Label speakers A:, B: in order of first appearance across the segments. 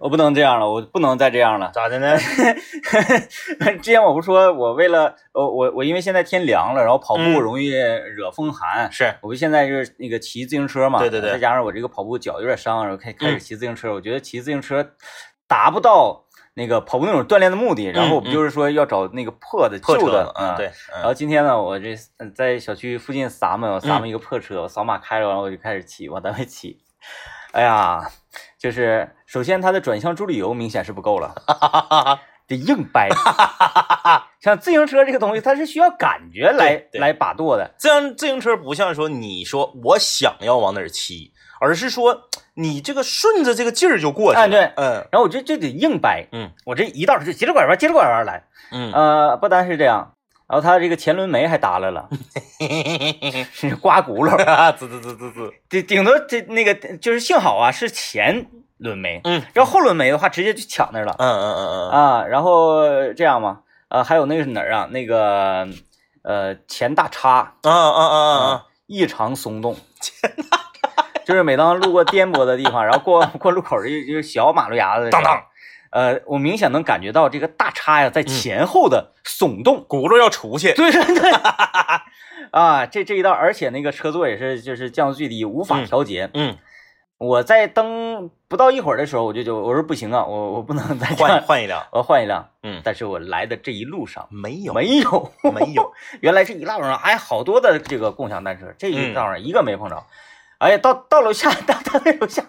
A: 我不能这样了，我不能再这样了。
B: 咋的呢？
A: 之前我不说，我为了呃我我因为现在天凉了，然后跑步
B: 嗯
A: 容易惹风寒，
B: 是，
A: 我不现在就是那个骑自行车嘛，
B: 对对对嗯
A: 再加上我这个跑步脚有点伤，然后开开始骑自行车，我觉得骑自行车达不到那个跑步那种锻炼的目的，然后我们就是说要找那个破的、
B: 嗯破
A: 旧
B: 车
A: 的
B: 了，，
A: 嗯，
B: 对，
A: 然
B: 嗯
A: 后今天呢，我这嗯在小区附近撒嘛，我撒嘛一个破车，我扫码开了，然后我就开始骑，往单位骑。 哎呀，就是首先它的转向助力油明显是不够 了，得硬掰。像自行车这个东西，它是需要感觉来
B: 对对
A: 来把舵的。
B: 这样自行车不像说你说我想要往哪儿骑，而是说你这个顺着这个劲儿就过去了。
A: 哎对
B: 嗯
A: 然后我这这得硬掰，
B: 嗯
A: 我这一道就急着拐弯，急着拐弯来。
B: 嗯，
A: 呃，不单是这样，然后它这个前轮眉还耷拉 了，是刮轱辘。
B: 嗯滋滋滋滋滋，
A: 顶顶多这那个就是幸好啊是前轮眉，
B: 嗯，
A: 然后后轮眉的话直接就抢那儿了
B: 嗯嗯嗯嗯
A: 啊。然后这样嘛，呃，还有那个是哪儿啊？那个呃前大叉
B: 嗯啊啊啊啊啊！
A: 异常松动，就是每当路过颠簸的地 方，然后过过路口儿就就小马路牙子，
B: 当当，
A: 呃，我明显能感觉到这个大叉呀在前后的耸动，
B: 轱辘要出去。
A: 对对对，
B: 嗯
A: 啊，这这一道，而且那个车座也是就是降到最低，无法
B: 嗯
A: 调节。
B: 嗯，
A: 我在蹬不到一会儿的时候，我就就我说不行啊，我我不能再这
B: 换
A: 样，
B: 换一辆。
A: 我呃换一辆。
B: 嗯，
A: 但是我来的这一路上
B: 没有
A: 没有
B: 没有，
A: 原来这一道上哎好多的这个共享单车，这
B: 嗯
A: 一道上一个没碰着。哎呀，到到楼下，到到那楼下，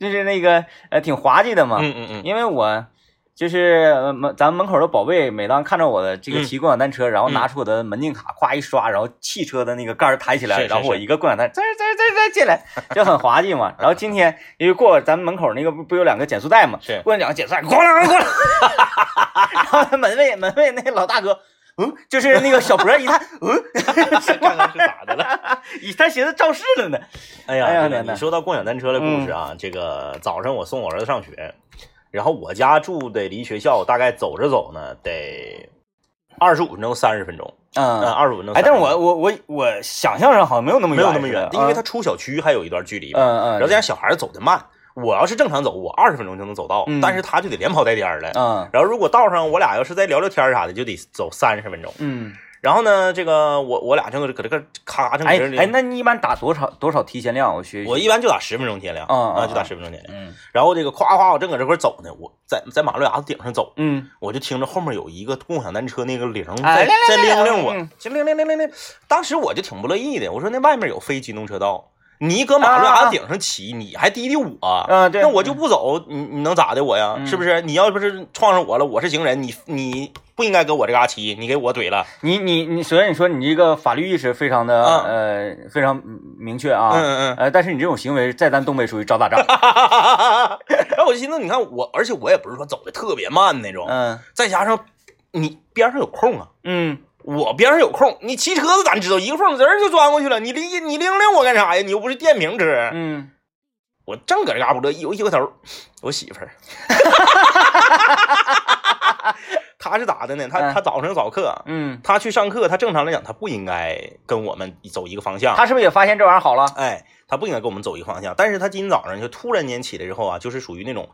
A: 就是那个呃挺滑稽的嘛，
B: 嗯嗯 嗯，
A: 因为我。就是呃门咱们门口的宝贝，每当看着我的这个
B: 嗯
A: 骑共享单车，然后拿出我的门禁卡，咵一刷，然后汽车的那个盖儿抬起来，
B: 是是
A: 然后我
B: 是
A: 一个共享单车，这这这这进来，就很滑稽嘛。然后今天因为过咱们门口那个不不有两个减速带嘛，
B: 是
A: 过两个减速带，咣啷咣啷， 然后门卫门卫那个老大哥，嗯，就是那个小博一看，嗯，
B: 看看是咋的了？
A: 以他寻思肇事 了呢，
B: 哎
A: 哎呀嗯
B: 呀，这
A: 天
B: 个
A: 哪
B: 你说到共享单车的故事啊，这个早上我送我儿子上学，然后我家住的离学校大概走着走呢，得二十五分钟三十分钟，嗯，
A: 嗯，
B: 二十五分钟。
A: 哎，但是我我我我想象上好像没有那么
B: 没
A: 远
B: 有
A: 似的，
B: 那么远，因为他
A: 他
B: 出小区还有一段距离嘛。
A: 嗯嗯，
B: 然后再加上小孩走得慢，我要是正常走，我二十分钟就能走到
A: 嗯，
B: 但是他就得连跑带颠儿的。
A: 嗯
B: 然后如果道上我俩要是再聊聊天儿啥的，就得走三十分钟。
A: 嗯，
B: 然后呢，这个我我俩正搁这个咔 正搁
A: 哎
B: 这里
A: 哎，那你一般打多少多少提前量？我学
B: 我一般就打十分钟天亮
A: 啊啊
B: 啊，就打
A: 啊
B: 十分钟天亮。
A: 嗯
B: 然后这个夸夸，我正搁这块儿走呢，我在在马路牙子顶上走，
A: 嗯
B: 我就听着后面有一个共享单车那个铃儿
A: 哎
B: 在在铃铃
A: 嗯
B: 我，就铃铃铃铃铃。当时我就挺不乐意的，我说那外面有非机动车道，你搁马路
A: 啊啊
B: 牙
A: 啊
B: 子顶上骑，你还滴滴我，
A: 啊对
B: 那我就不走，你你能咋的我呀？
A: 嗯
B: 是不是？你要不是撞上我了，我是行人，你你不应该搁我这嘎骑，你给我怼了。
A: 你你你，首先你说你这个法律意识非常的、呃非常明确啊，
B: 嗯嗯嗯
A: 呃，但是你这种行为在咱东北属于找打仗，
B: 然后我就寻思，你看我，而且我也不是说走的特别慢那种，
A: 嗯
B: 再加上你边上有空啊。
A: 嗯，
B: 我边上有空，你骑车子咱知道，一个缝人就钻过去了。你拎你拎拎我干啥呀？你又不是电瓶车。
A: 嗯，
B: 我正搁这嘎不乐意，我一回头，我媳妇儿，她是咋的呢？她
A: 嗯
B: 她早上有早课，
A: 嗯，
B: 她去上课，她正常来讲她不应该跟我们走一个方向。
A: 他是不是也发现这玩意儿好了？
B: 哎，她不应该跟我们走一个方向，但是她今天早上就突然间起来之后啊，就是属于那种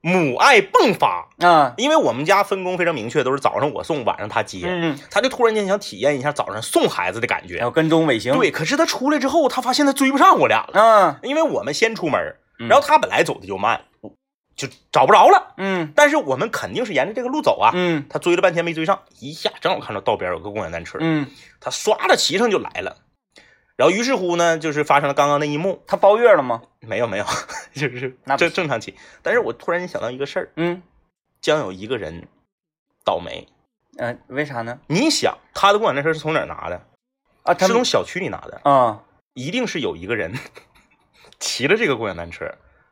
B: 母爱迸发，
A: 啊，
B: 因为我们家分工非常明确，都是早上我送，晚上她接。
A: 嗯，
B: 他就突然间想体验一下早上送孩子的感觉
A: 然。后跟踪尾行，
B: 对，，可是他出来之后，他发现他追不上我俩了，
A: 嗯
B: 因为我们先出门儿，
A: 嗯
B: 然后他本来走的就慢，就找不着了。
A: 嗯
B: 但是我们肯定是沿着这个路走啊。
A: 嗯
B: 他追了半天没追上，一下正好看到道边有个共享单车，
A: 嗯，
B: 他唰的骑上就来了。然后于是乎呢，就是发生了刚刚那一幕，
A: 他包月了吗？
B: 没有没 有，就是
A: 那不
B: 正
A: 行
B: 正常骑。但是我突然间想到一个事儿，
A: 嗯
B: 将有一个人倒霉。
A: 嗯、呃，为啥呢？
B: 你想，他的共享单车是从哪儿拿的？
A: 啊，他
B: 是
A: 们
B: 从小区里拿的。
A: 啊，
B: 一定是有一个人 骑了这个共享单车，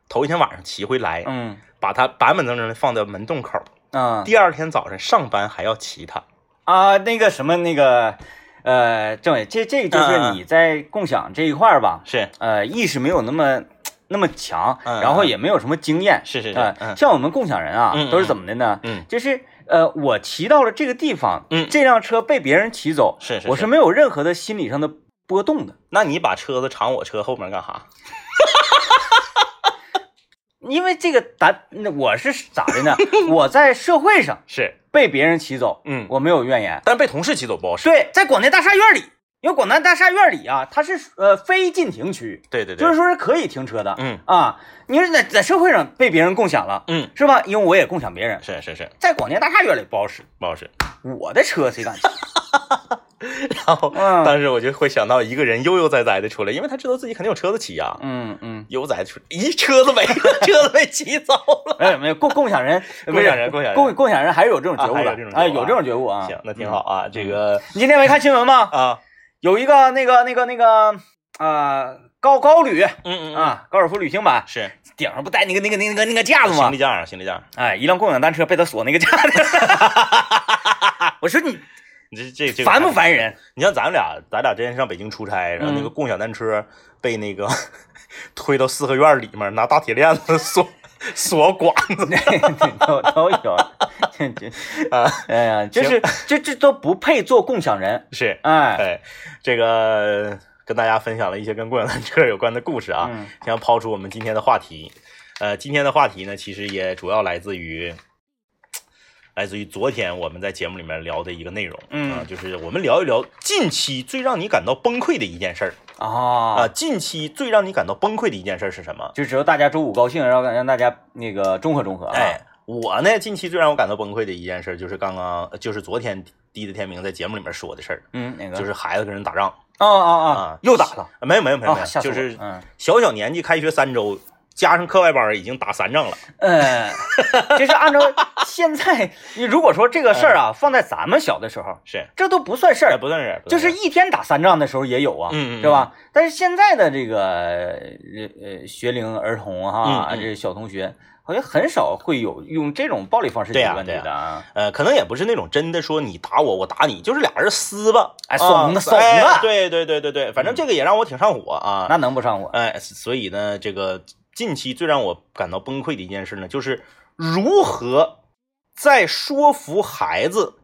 B: 头一天晚上骑回来，
A: 嗯
B: 把它板板正正的放在门洞口，
A: 啊
B: 第二天早上上班还要骑它。
A: 啊，那个什么那个。呃，政委，这这就是
B: 嗯嗯
A: 你在共享这一块儿吧？
B: 是
A: 呃，意识没有那么那么强，
B: 嗯
A: 然后也没有什么经验。
B: 是是是
A: 呃
B: 嗯
A: 像我们共享人啊，
B: 嗯嗯
A: 都是怎么的呢？
B: 嗯
A: 就是呃，我骑到了这个地方，
B: 嗯
A: 这辆车被别人骑走，
B: 是是
A: 我是没有任何的心理上的波动的。
B: 那你把车子藏我车后面干啥？
A: 因为这个咱那我是咋的 呢？我在社会上
B: 是，
A: 被别人骑走，
B: 嗯
A: 我没有怨言。
B: 但是被同事骑走不好使。
A: 对，在广电大厦院里，因为广电大厦院里啊，它是呃非禁停区，
B: 对对对，
A: 就是说是可以停车的。
B: 嗯
A: 啊，你说在在社会上被别人共享了，
B: 嗯，
A: 是吧？因为我也共享别人，
B: 是是是，
A: 在广电大厦院里不好使，
B: 不好使。
A: 我的车谁敢骑？
B: 然后
A: 嗯
B: 当时我就会想到一个人悠悠哉哉的出来，因为他知道自己肯定有车子骑呀、 啊
A: 嗯嗯，
B: 悠哉地出来，咦，车子没了，车子被 骑走了。
A: 哎没有没有，共共享人，
B: 共享人
A: 不是
B: 共享人
A: 共共享人还是有这种觉
B: 啊还
A: 悟
B: 有
A: 的
B: 这种，觉悟
A: 哎，
B: 啊
A: 有这种觉悟啊。
B: 行，那挺好啊，这个
A: 你今天没看新闻吗？
B: 啊，
A: 有一个那个那个那个啊高高旅
B: 嗯嗯嗯，
A: 啊高尔夫旅行版
B: 是
A: 顶上不带那个那个那个那个那个架子吗
B: 行李？架啊，行李架，
A: 哎，一辆共享单车被他锁那个架 子，我说你
B: 你这这这个
A: 烦不烦 嗯人？
B: 你像咱们俩，咱俩之前上北京出差，然后那个共享单车被那个 推到四合院里面，拿大铁链子锁锁管子
A: 都都有，这这
B: 啊，
A: 哎呀，就是这这都不配做共享人，
B: 是，
A: 哎，
B: 哎，这个跟大家分享了一些跟共享单车有关的故事啊，
A: 嗯
B: 想抛出我们今天的话题，呃，今天的话题呢，其实也主要来自于。来自于昨天我们在节目里面聊的一个内容，
A: 嗯
B: 啊就是我们聊一聊近期最让你感到崩溃的一件事儿啊、
A: 啊，
B: 近期最让你感到崩溃的一件事儿是什么？
A: 就只有大家周五高兴，然后让大家那个中和中和啊，
B: 哎，我呢，近期最让我感到崩溃的一件事，就是刚刚，呃就是昨天滴的天明在节目里面说的事儿，
A: 嗯，哪个？
B: 就是孩子跟人打仗
A: 哦哦哦
B: 啊，，
A: 又打了，
B: 啊？没有没有没有没
A: 啊，
B: 有，
A: 吓死
B: 就
A: 我
B: 是
A: 了， 嗯
B: 小小年纪开学三周，加上课外班儿已经打三仗了。
A: 嗯，就是按照现在，你如果说这个事儿啊，放在咱们小的时候，
B: 是，
A: 这都不算事
B: 哎，
A: 儿，
B: 不算是，不
A: 就
B: 算
A: 是一天打三仗的时候也有啊，
B: 嗯嗯嗯
A: 是吧？但是现在的这个呃呃学龄儿童哈，
B: 嗯嗯
A: 这小同学好像很少会有用这种暴力方式
B: 对
A: 解
B: 呀
A: 决问题的啊。
B: 呃，可能也不是那种真的说你打我，我打你，就是俩人撕吧，
A: 哎
B: 啊
A: 怂的怂的嗯
B: 哎对对对对对，反正这个也让我挺上火啊。
A: 那能不上火？
B: 哎，所以呢，这个近期最让我感到崩溃的一件事呢，就是如何在说服孩子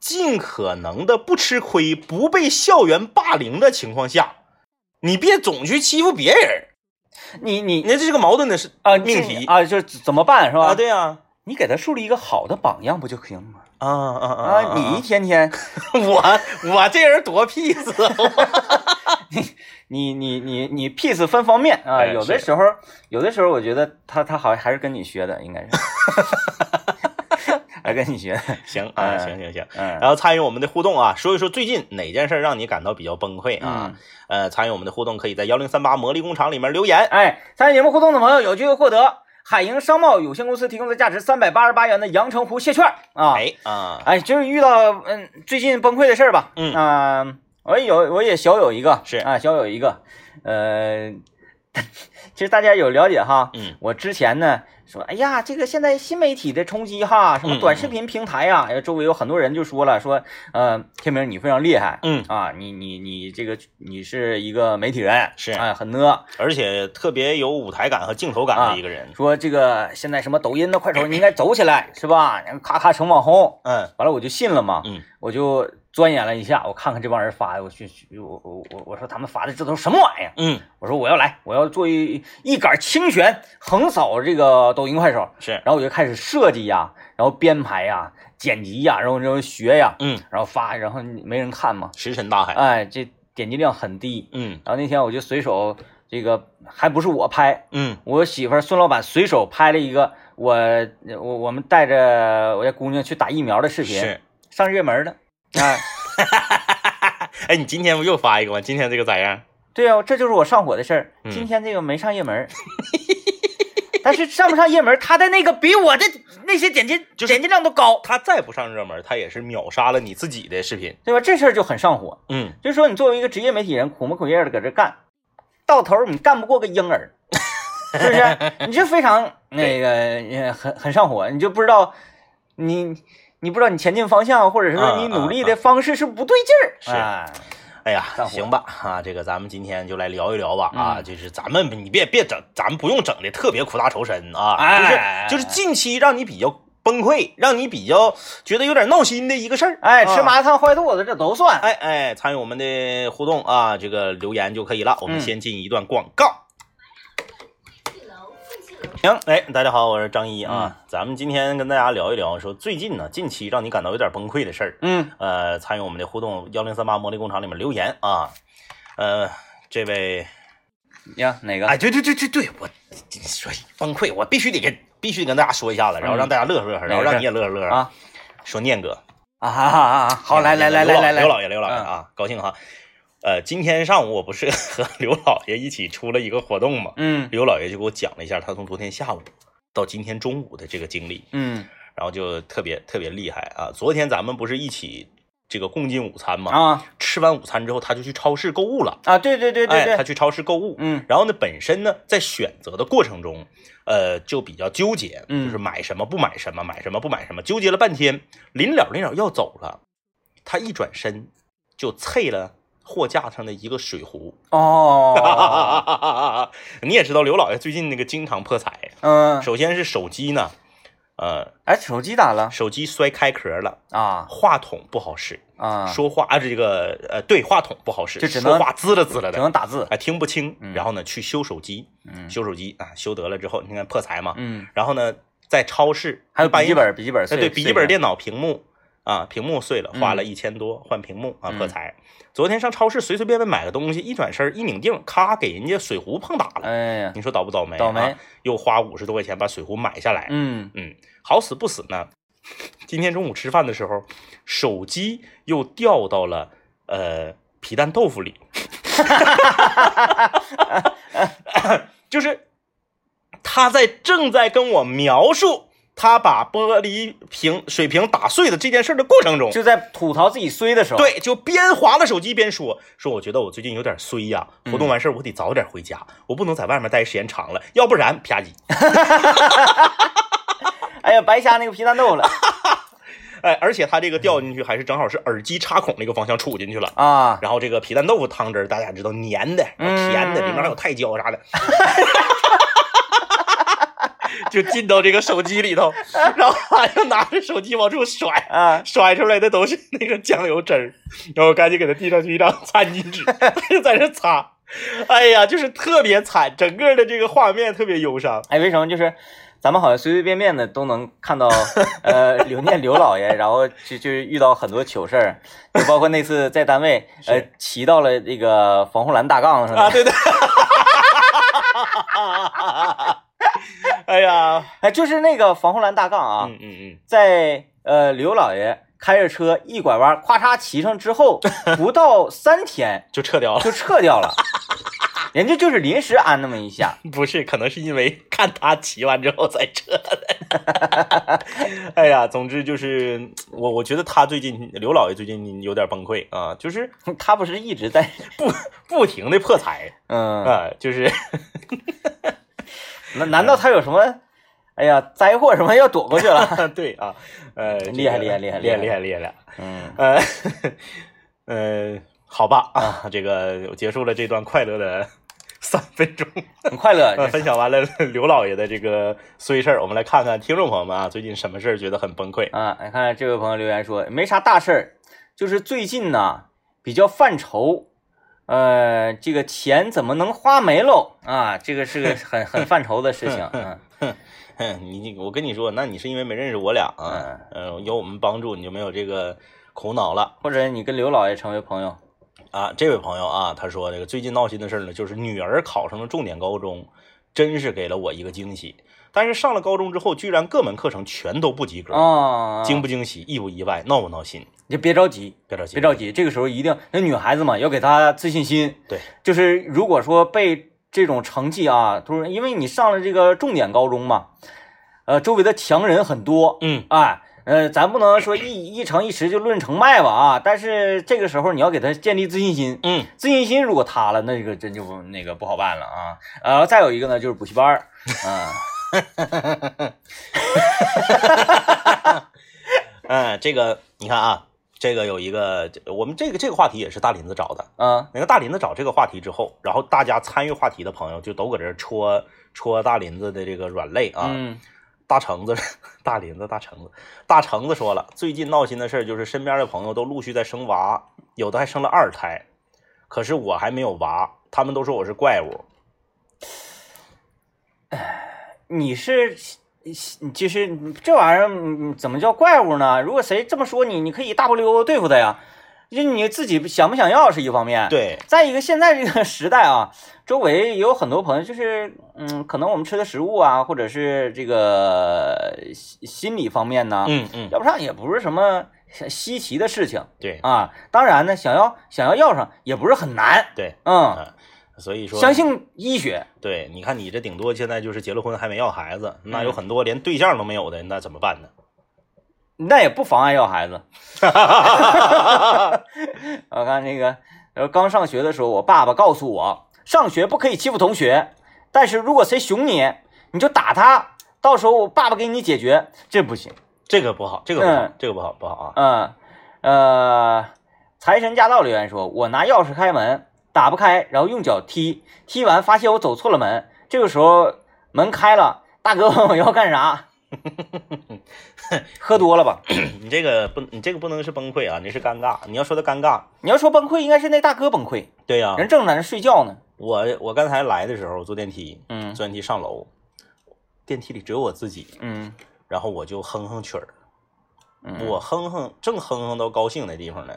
B: 尽可能的不吃亏、不被校园霸凌的情况下，你别总去欺负别人。
A: 你
B: 你
A: 你
B: 看这是个矛盾的是
A: 啊，
B: 命
A: 这
B: 题
A: 啊，就是怎么办是吧？
B: 啊，，对呀、
A: 你给他树立一个好的榜样不就行吗？
B: 啊，啊啊
A: 啊，你一天天，
B: 我我这人多啊屁事，
A: 你你你你 peace 分方面啊，
B: 哎
A: 有的
B: 是
A: 时候有的时候我觉得他他好像还是跟你学的，应该 是，还跟你学的，
B: 行啊，
A: 哎
B: 行行行。
A: 嗯
B: 然后参与我们的互动啊，说一说最近哪件事儿让你感到比较崩溃啊
A: 嗯？
B: 呃，参与我们的互动，可以在幺零三八魔力工厂里面留言。
A: 哎，参与节目互动的朋友有机会获得海盈商贸有限公司提供的价值三百八十八元的阳澄湖蟹券啊！
B: 哎啊，
A: 哎，就是遇到嗯最近崩溃的事儿吧，
B: 嗯
A: 啊、我也有我也小有一个
B: 是
A: 啊，小有一个，呃， 其实大家有了解哈，
B: 嗯，
A: 我之前呢说，哎呀，这个现在新媒体的冲击哈，什么
B: 嗯
A: 短视频平台呀、哎周围有很多人就说了，说，呃，天明你非常厉害，
B: 嗯
A: 啊，你你你这个你是一个媒体人，
B: 是
A: 哎，很呢。
B: 而且特别有舞台感和镜头感的一个人。
A: 说这个现在什么抖音的、快手，你应该走起来是吧？然后咔咔成网红，
B: 嗯
A: 完了我就信了嘛，
B: 嗯，
A: 我就钻研了一下，我看看这帮人发的，我去，去我我我我说他们发的这都什么玩意儿？
B: 嗯，
A: 我说我要来，我要做一一杆清泉，横扫这个抖音、快手。
B: 是
A: 然，后我就开始设计呀，然后编排呀、剪辑呀，然后然后学呀，
B: 嗯，
A: 然后发，然后没人看嘛，
B: 石沉大海。
A: 哎，这点击量很低。
B: 嗯
A: 然后那天我就随手这个还不是我拍，
B: 嗯
A: 我媳妇儿孙老板随手拍了一个我我我们带着我家姑娘去打疫苗的视频，
B: 是。
A: 上热门的。哎，
B: 哎，你今天不又发一个吗？今天这个咋样？
A: 对呀、这就是我上火的事儿。
B: 嗯
A: 今天这个没上热门儿，但是上不上热门儿，他的那个比我的那些点击、
B: 就是
A: 点击量都高，
B: 他再不上热门，他也是秒杀了你自己的视频。
A: 对吧？这事儿就很上火。
B: 嗯，
A: 就是说，你作为一个职业媒体人，苦模苦样的搁这干，到头儿你干不过个婴儿， 是不是？ 你这非常那个呃很很上火，你就不知道你你不知道你前进方向，或者是说你努力的方式是不对劲儿。啊，
B: 啊哎呀
A: 散，伙
B: 行吧，啊，这个咱们今天就来聊一聊吧，啊，
A: 嗯
B: 就是咱们你别别整，咱们不用整的特别苦大仇深啊，
A: 哎
B: 就是就是近期让你比较崩溃，让你比较觉得有点闹心的一个事儿，
A: 哎，吃
B: 啊
A: 麻辣烫坏肚子这都算。
B: 哎哎，参与我们的互动啊，这个留言就可以了。我们
A: 嗯
B: 先进一段广告。
C: 一楼复兴
B: 行，哎，大家好，我是张一啊，
A: 嗯
B: 咱们今天跟大家聊一聊，说最近呢，近期让你感到有点崩溃的事儿。
A: 嗯，
B: 呃，参与我们的互动幺零三八魔力工厂里面留言啊，呃，这位，
A: 呀，哪个？
B: 哎，对对对对对，我说崩溃，我必须得跟必须得跟大家说一下子，然后让大家乐呵乐呵，然后让你也乐呵乐呵
A: 啊。
B: 说念哥，
A: 啊哈哈哈！好，来来来来来来，嗯
B: 哎刘老爷，刘老爷啊，高兴哈。呃，今天上午我不是 和刘老爷一起出了一个活动嘛，
A: 嗯
B: 刘老爷就给我讲了一下他从昨天下午到今天中午的这个经历，
A: 嗯
B: 然后就特别特别厉害啊！昨天咱们不是一起这个共进午餐嘛，
A: 啊
B: 吃完午餐之后他就去超市购物了，
A: 啊，对对对对
B: 哎，他
A: 对，
B: 去超市购物，
A: 嗯
B: 然后呢，本身呢在选择的过程中，呃，就比较纠结，
A: 嗯
B: 就是买什么不买什么，买什么不买什么，纠结了半天，临了临了要走了，他一转身就啐了货架上的一个水壶， 啊
A: 哦，
B: 你也知道刘老爷最近那个经常破财，
A: 嗯，
B: 首先是手机呢，呃，
A: 哎，手机咋了？
B: 手机摔开壳了，
A: 啊
B: 话筒不好使，
A: 啊，
B: 说话啊这个呃对话筒不好使，
A: 就只
B: 说
A: 能
B: 话滋了滋了
A: 只
B: 的，
A: 能打字，
B: 啊，听不清，
A: 嗯
B: 然后呢去修手机，
A: 嗯
B: 修手机啊，修得了之后，你看破财嘛，
A: 嗯，
B: 然后呢在超市
A: 还有
B: 把
A: 笔记，本，笔记本
B: 哎
A: 碎，
B: 对，笔记本
A: 碎
B: 电脑屏幕啊，屏幕碎了，花了一千多换屏幕啊，
A: 嗯
B: 破财。昨天上超市随随便便买个东西，一转身一拧腚，咔给人家水壶碰打
A: 了
B: 了，
A: 哎呀，
B: 你说倒不倒霉？啊
A: 倒霉，，
B: 又花五十多块钱把水壶买下来，
A: 嗯，
B: 嗯，好死不死呢，今天中午吃饭的时候，手机又掉到了呃皮蛋豆腐里， 就是他在正在跟我描述他把玻璃瓶水瓶打碎的这件事儿的过程中，
A: 就在吐槽自己衰的时候，，
B: 嗯对，就边划了手机边说说，我觉得我最近有点衰呀、活动
A: 嗯
B: 完事儿我得早点回家，我不能在外面待时间长了，要不然啪叽，
A: 哎呀，白瞎那个皮蛋豆腐 了
B: 哎，而且他这个掉进去还是正好是耳机插孔那个方向杵进去了。
A: 啊，
B: 然后这个皮蛋豆腐汤汁儿，大家知道黏的、然后甜的，里面还有泰椒啥的， 就进到这个手机里头，然后他就拿着手机往出甩，
A: 啊，
B: 甩出来的都是那个酱油汁儿，然后我赶紧给他递上去一张餐巾纸， 他就在这擦。哎呀，就是特别惨，整个的这个画面特别忧伤。
A: 哎，为什么就是咱们好像随随便便的都能看到呃留念刘老爷，然后就就遇到很多糗事儿，就包括那次在单 位呃骑到了那个防护栏大杠上
B: 啊，
A: 的，
B: 对对。哎呀，
A: 哎，就是那个防护栏大杠啊，
B: 嗯嗯嗯，
A: 在呃刘老爷开着车一拐弯，咵嚓骑上之 后，不到三天
B: 就撤掉了。
A: 就撤掉了。人家就是临时安那么一下，
B: 不是，可能是因为看他骑完之后再撤的。 哎呀，总之就是我，我觉得他最近刘老爷最近有点崩溃啊，就是
A: 他不是一直在
B: 不不停的破财
A: 嗯，
B: 啊，就是
A: 难难道他有什么？哎呀，灾祸什么要躲过去了？
B: 对啊，呃，这个
A: 厉害厉害厉害
B: 厉害厉
A: 厉
B: 害厉害厉害，
A: 嗯，
B: 呃 呃，好吧啊，这个我结束了这段快乐的三分钟。
A: 很快 乐，
B: 呃，分享完了刘老爷的这个衰事儿，我们来看看听众朋友们啊，最近什么事儿觉得很崩溃？
A: 啊，你看这位朋友留言说，没啥大事儿，就是最近呢比较犯愁，呃，这个钱怎么能花没喽？啊，这个是个很很犯愁的事情。嗯，
B: 哼，你你我跟你说，那你是因为没认识我俩啊，
A: 嗯
B: 呃，有我们帮助，你就没有这个苦恼了
A: 或者你跟刘老爷成为朋友，
B: 啊。这位朋友啊，他说这个最近闹心的事儿呢，就是女儿考上了重点高中，真是给了我一个惊喜。但是上了高中之后，居然各门课程全都不及格，
A: 啊，
B: 惊不惊喜，意不意外，闹不闹心？
A: 你就别着急，
B: 别着急，
A: 别着急，这个时候一定，那女孩子嘛，要给她自信心。
B: 对，
A: 就是如果说被这种成绩啊，突然因为你上了这个重点高中嘛，呃，周围的强人很多，
B: 嗯，
A: 哎，呃，咱不能说一一成一十就论成败吧啊，但是这个时候你要给她建立自信心，
B: 嗯，
A: 自信心如果塌了，那个真就不那个不好办了啊。呃，再有一个呢，就是补习班儿，啊，
B: 哎，这个你看啊，这个有一个，这我们这个这个话题也是大林子找的，
A: 啊，
B: 那个大林子找这个话题之后，然后大家参与话题的朋友就都搁这儿戳戳大林子的这个软肋啊。
A: 嗯，
B: 大橙子， 大林子，大橙子，大橙子说了，最近闹心的事儿就是身边的朋友都陆续在生娃，有的还生了二胎，可是我还没有娃，他们都说我是怪物。
A: 你是，其实这玩意儿嗯怎么叫怪物呢？如果谁这么说你，你可以大不溜对付他呀。就你自己想不想要是一方面，
B: 对，
A: 再一个，现在这个 时代啊，周围也有很多朋友，就是嗯，可能我们吃的食物啊，或者是这个呃心心理方面呢，
B: 嗯嗯，
A: 要不上也不是什么稀奇的事情
B: 对
A: 啊。当然呢，想要想要要上也不是很难，
B: 对，
A: 嗯，
B: 所以啊说
A: 相信医学，
B: 对，你看你这顶多现在就是结了婚还没要孩子，那有
A: 嗯
B: 很多连对象都没有的，那怎么办呢？
A: 那也不妨碍要孩子。我看那个，呃，刚上学的时候，我爸爸告诉我，上学不可以欺负同学，但是如果谁熊你，你就打他，到时候我爸爸给你解决，这不行。
B: 这个不好，这个不好，
A: 嗯
B: 这个不好，不好啊！
A: 嗯，呃，财神驾到留言说，我拿钥匙开门，打不开，然后用脚踢，踢完发现我走错了门，这个时候门开了，大哥问我要干啥， 喝多了吧？
B: 你这个不，你这个不能是崩溃啊，你是尴尬。你要说他尴尬，
A: 你要说崩溃，应该是那大哥崩溃，
B: 对呀、
A: 人正在那睡觉呢。
B: 我我刚才来的时候，我坐电梯，
A: 嗯
B: 坐电梯上楼，电梯里只有我自己，
A: 嗯
B: 然后我就哼哼曲儿，
A: 嗯，
B: 我哼哼，正哼哼到高兴的地方呢，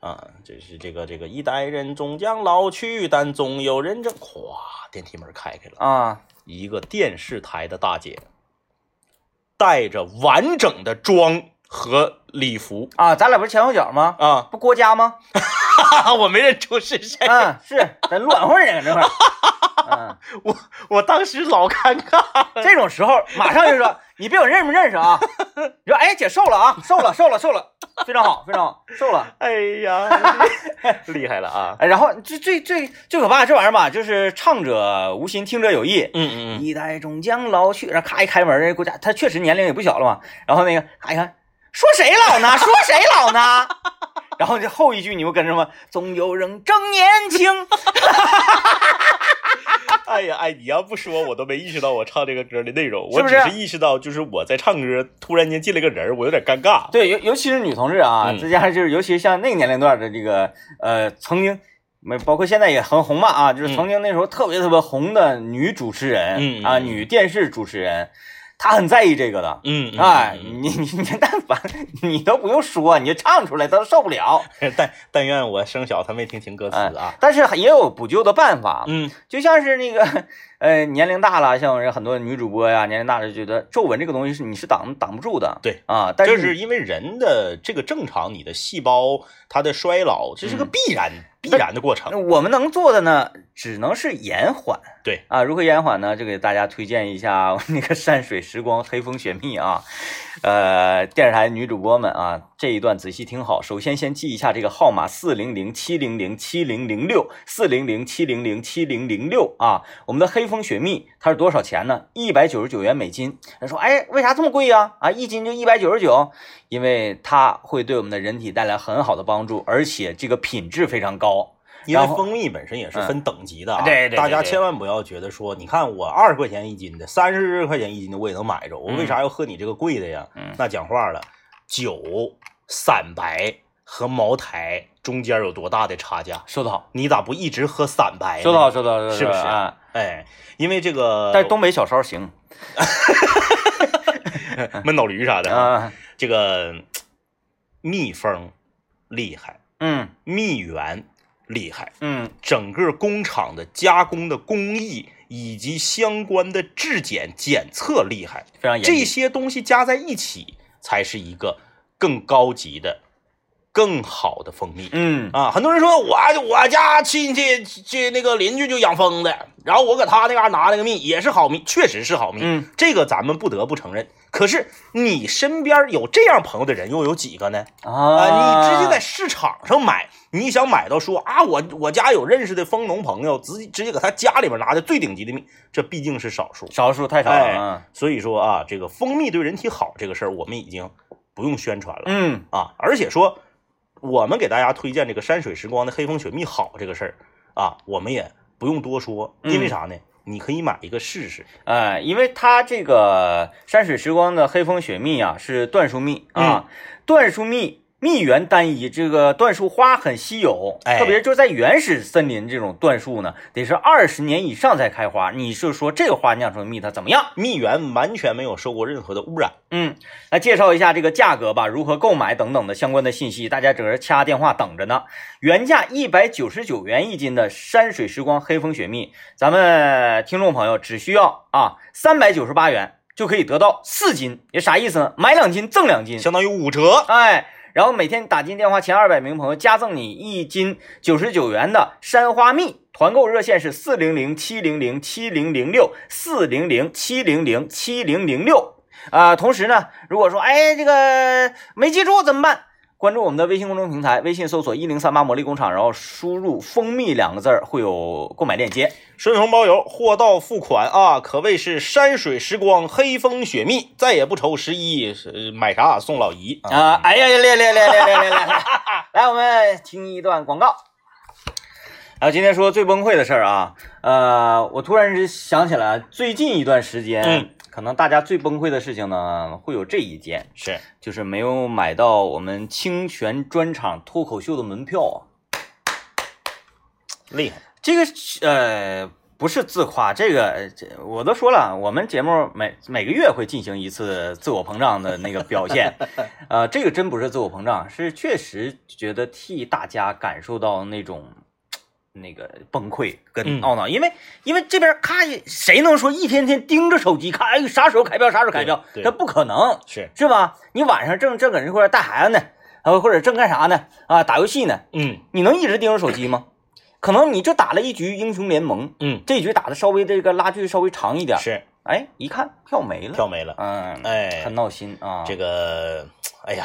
B: 啊，就是这个这个一代人终将老去，但总有人正，咵，电梯门开开了，
A: 啊，
B: 一个电视台的大姐，带着完整的妆和礼服
A: 啊，咱俩不是前后脚吗？
B: 啊，
A: 不郭嘉吗？
B: 我没认出是谁，
A: 嗯，是咱乱混这个这块儿。嗯，
B: 我当时老尴尬，
A: 这种时候马上就说，你别管认不认识啊，你说哎姐瘦了啊，瘦了瘦了瘦了，非常好非常好，瘦了。
B: 哎呀，厉害了啊，
A: 哎，然后最最最最可怕的这玩意儿吧，就是唱者无心，听者有意。
B: 嗯嗯
A: 一代终将老去，然后咔一开门，郭嘉他确实年龄也不小了嘛。然后那个咔一看，说谁老 呢？说谁老呢？然后这后一句你又跟着吗？总有人正年轻。
B: 嗯，哎呀哎，你要不说我都没意识到我唱这个歌的内容，
A: 是
B: 我
A: 不
B: 只
A: 是
B: 是啊意识到就是我在唱歌，突然间进来个人儿，我有点尴尬，
A: 对，尤尤其是女同志啊，
B: 嗯
A: 再加上就是尤其是像那个年龄段的这个呃，曾经没包括现在也很红嘛啊，就是曾经那时候特别特别红的女主持人，
B: 嗯嗯
A: 啊，
B: 嗯
A: 女电视主持人，她很在意这个的。
B: 嗯，嗯
A: 哎，
B: 嗯
A: 你 你你，但凡你都不用说，你就唱出来，她都受不了。
B: 嗯 但但愿我生小他没听清歌词
A: 哎
B: 啊，
A: 但是也有补救的办法，
B: 嗯
A: 就像是那个 呃，年龄大了，像人很多女主播呀，年龄大了就觉得皱纹这个东西是你是挡挡不住的。
B: 对
A: 啊，但
B: 这
A: 是
B: 是因为人的这个正常，你的细胞它的衰老，这
A: 嗯
B: 是个必然、必然的过程。
A: 我们能做的呢，只能是延缓。
B: 对
A: 啊，如何延缓呢？就给大家推荐一下 我那个山水时光黑风雪蜜啊，呃，电视台女主播们啊，这一段仔细听好。首先先记一下这个号码：四零零七零零七零零六，四零零七零零七零零六啊。我们的黑风雪蜜它是多少钱呢？一百九十九元每斤。人说，哎，为啥这么贵呀、啊？一斤就一百九十九，因为它会对我们的人体带来很好的帮助，而且这个品质非常高。
B: 因为
A: 然后
B: 蜂蜜本身也是分等级的
A: 嗯
B: 啊，
A: 对对对
B: 大家千万不要觉得说，你看我二十块钱一斤的，三十块钱一斤的我也能买着，我为啥要喝你这个贵的呀？
A: 嗯
B: 那讲话了，酒、散白和茅台中间有多大的差价？
A: 说得好，
B: 你咋不一直喝散白呢？
A: 说得好，说得好，说得好
B: 哎是不是呃
A: 啊，
B: 哎，因为这个
A: 但是东北小烧行
B: 闷倒驴啥的
A: 啊，
B: 这个蜜蜂厉害，
A: 嗯
B: 蜜源厉害，
A: 嗯
B: 整个工厂的加工的工艺以及相关的质检检测厉害，
A: 非常严
B: 这
A: 谨。
B: 些东西加在一起才是一个更高级的、更好的蜂蜜。
A: 嗯
B: 啊，很多人说我我家亲戚这那个邻居就养蜂的，然后我搁他那嘎拿那个蜜也是好蜜，确实是好蜜，
A: 嗯，
B: 这个咱们不得不承认。可是你身边有这样朋友的人又有几个呢？啊、
A: 啊，
B: 你直接在市场上买，你想买到说啊，我我家有认识的蜂农朋友，直直接搁他家里边拿的最顶级的蜜，这毕竟是少数。
A: 少数太少
B: 哎
A: 了。
B: 所以说啊，这个蜂蜜对人体好这个事儿，我们已经不用宣传了。
A: 嗯
B: 啊，而且说我们给大家推荐这个山水时光的黑蜂雪蜜好这个事儿啊，我们也不用多说，因为
A: 嗯
B: 啥呢？你可以买一个试试。
A: 哎，因为它这
B: 嗯
A: 个山水时光的黑蜂雪蜜啊，是椴树蜜啊，椴树蜜蜜源单一，这个椴树花很稀有，
B: 哎
A: 特别就是在原始森林这种椴树呢，得是二十年以上才开花。你是说这个花酿出的蜜它怎么样？
B: 蜜源完全没有受过任何的污染。
A: 嗯，来介绍一下这个价格吧，如何购买等等的相关的信息，大家搁这掐电话等着呢。原价一百九十九元一斤的山水时光黑风雪蜜，咱们听众朋友只需要啊三百九十八元就可以得到四斤，也啥意思呢？买两斤赠两斤，
B: 相当于五折。
A: 哎，然后每天打进电话前二百名朋友加赠你一斤九十九元的山花蜜。团购热线是四零零七零零七零零六四零零七零零七零零六啊。同时呢，如果说哎这个没记住怎么办？关注我们的微信公众平台，微信搜索“一零三八魔力工厂”，然后输入“蜂蜜”两个字儿，会有购买链接。
B: 顺丰包邮，货到付款啊，可谓是山水时光，黑风雪蜜，再也不愁十一、呃买啥送老姨啊。
A: 啊、哎呀，来来来来来来来，来，我们听一段广告。然后今天说最崩溃的事儿啊，呃，我突然之想起来，最近一段时间，
B: 嗯
A: 可能大家最崩溃的事情呢，会有这一件，
B: 是，
A: 就是没有买到我们清泉专场脱口秀的门票啊。
B: 厉害。
A: 这个呃不是自夸，这个呃这我都说了，我们节目每每个月会进行一次自我膨胀的那个表 现，呃，这个真不是自我膨胀，是确实觉得替大家感受到那种。那个崩溃跟
B: 嗯
A: 懊恼，因为因为这边咔，谁能说一天天盯着手机看，哎，啥时候开票，啥时候开票，
B: 对对
A: 他不可能，
B: 是，
A: 是吧？你晚上正正搁那块儿带孩子呢，啊，或者正干啥呢？啊，打游戏呢，
B: 嗯
A: 你能一直盯着手机 吗？可能你就打了一局英雄联盟，
B: 嗯，
A: 这局打的稍微这个拉锯稍微长一点，
B: 是，
A: 哎，一看票没了，
B: 票没了。
A: 嗯，
B: 哎
A: 很闹心啊。
B: 这个，哎呀，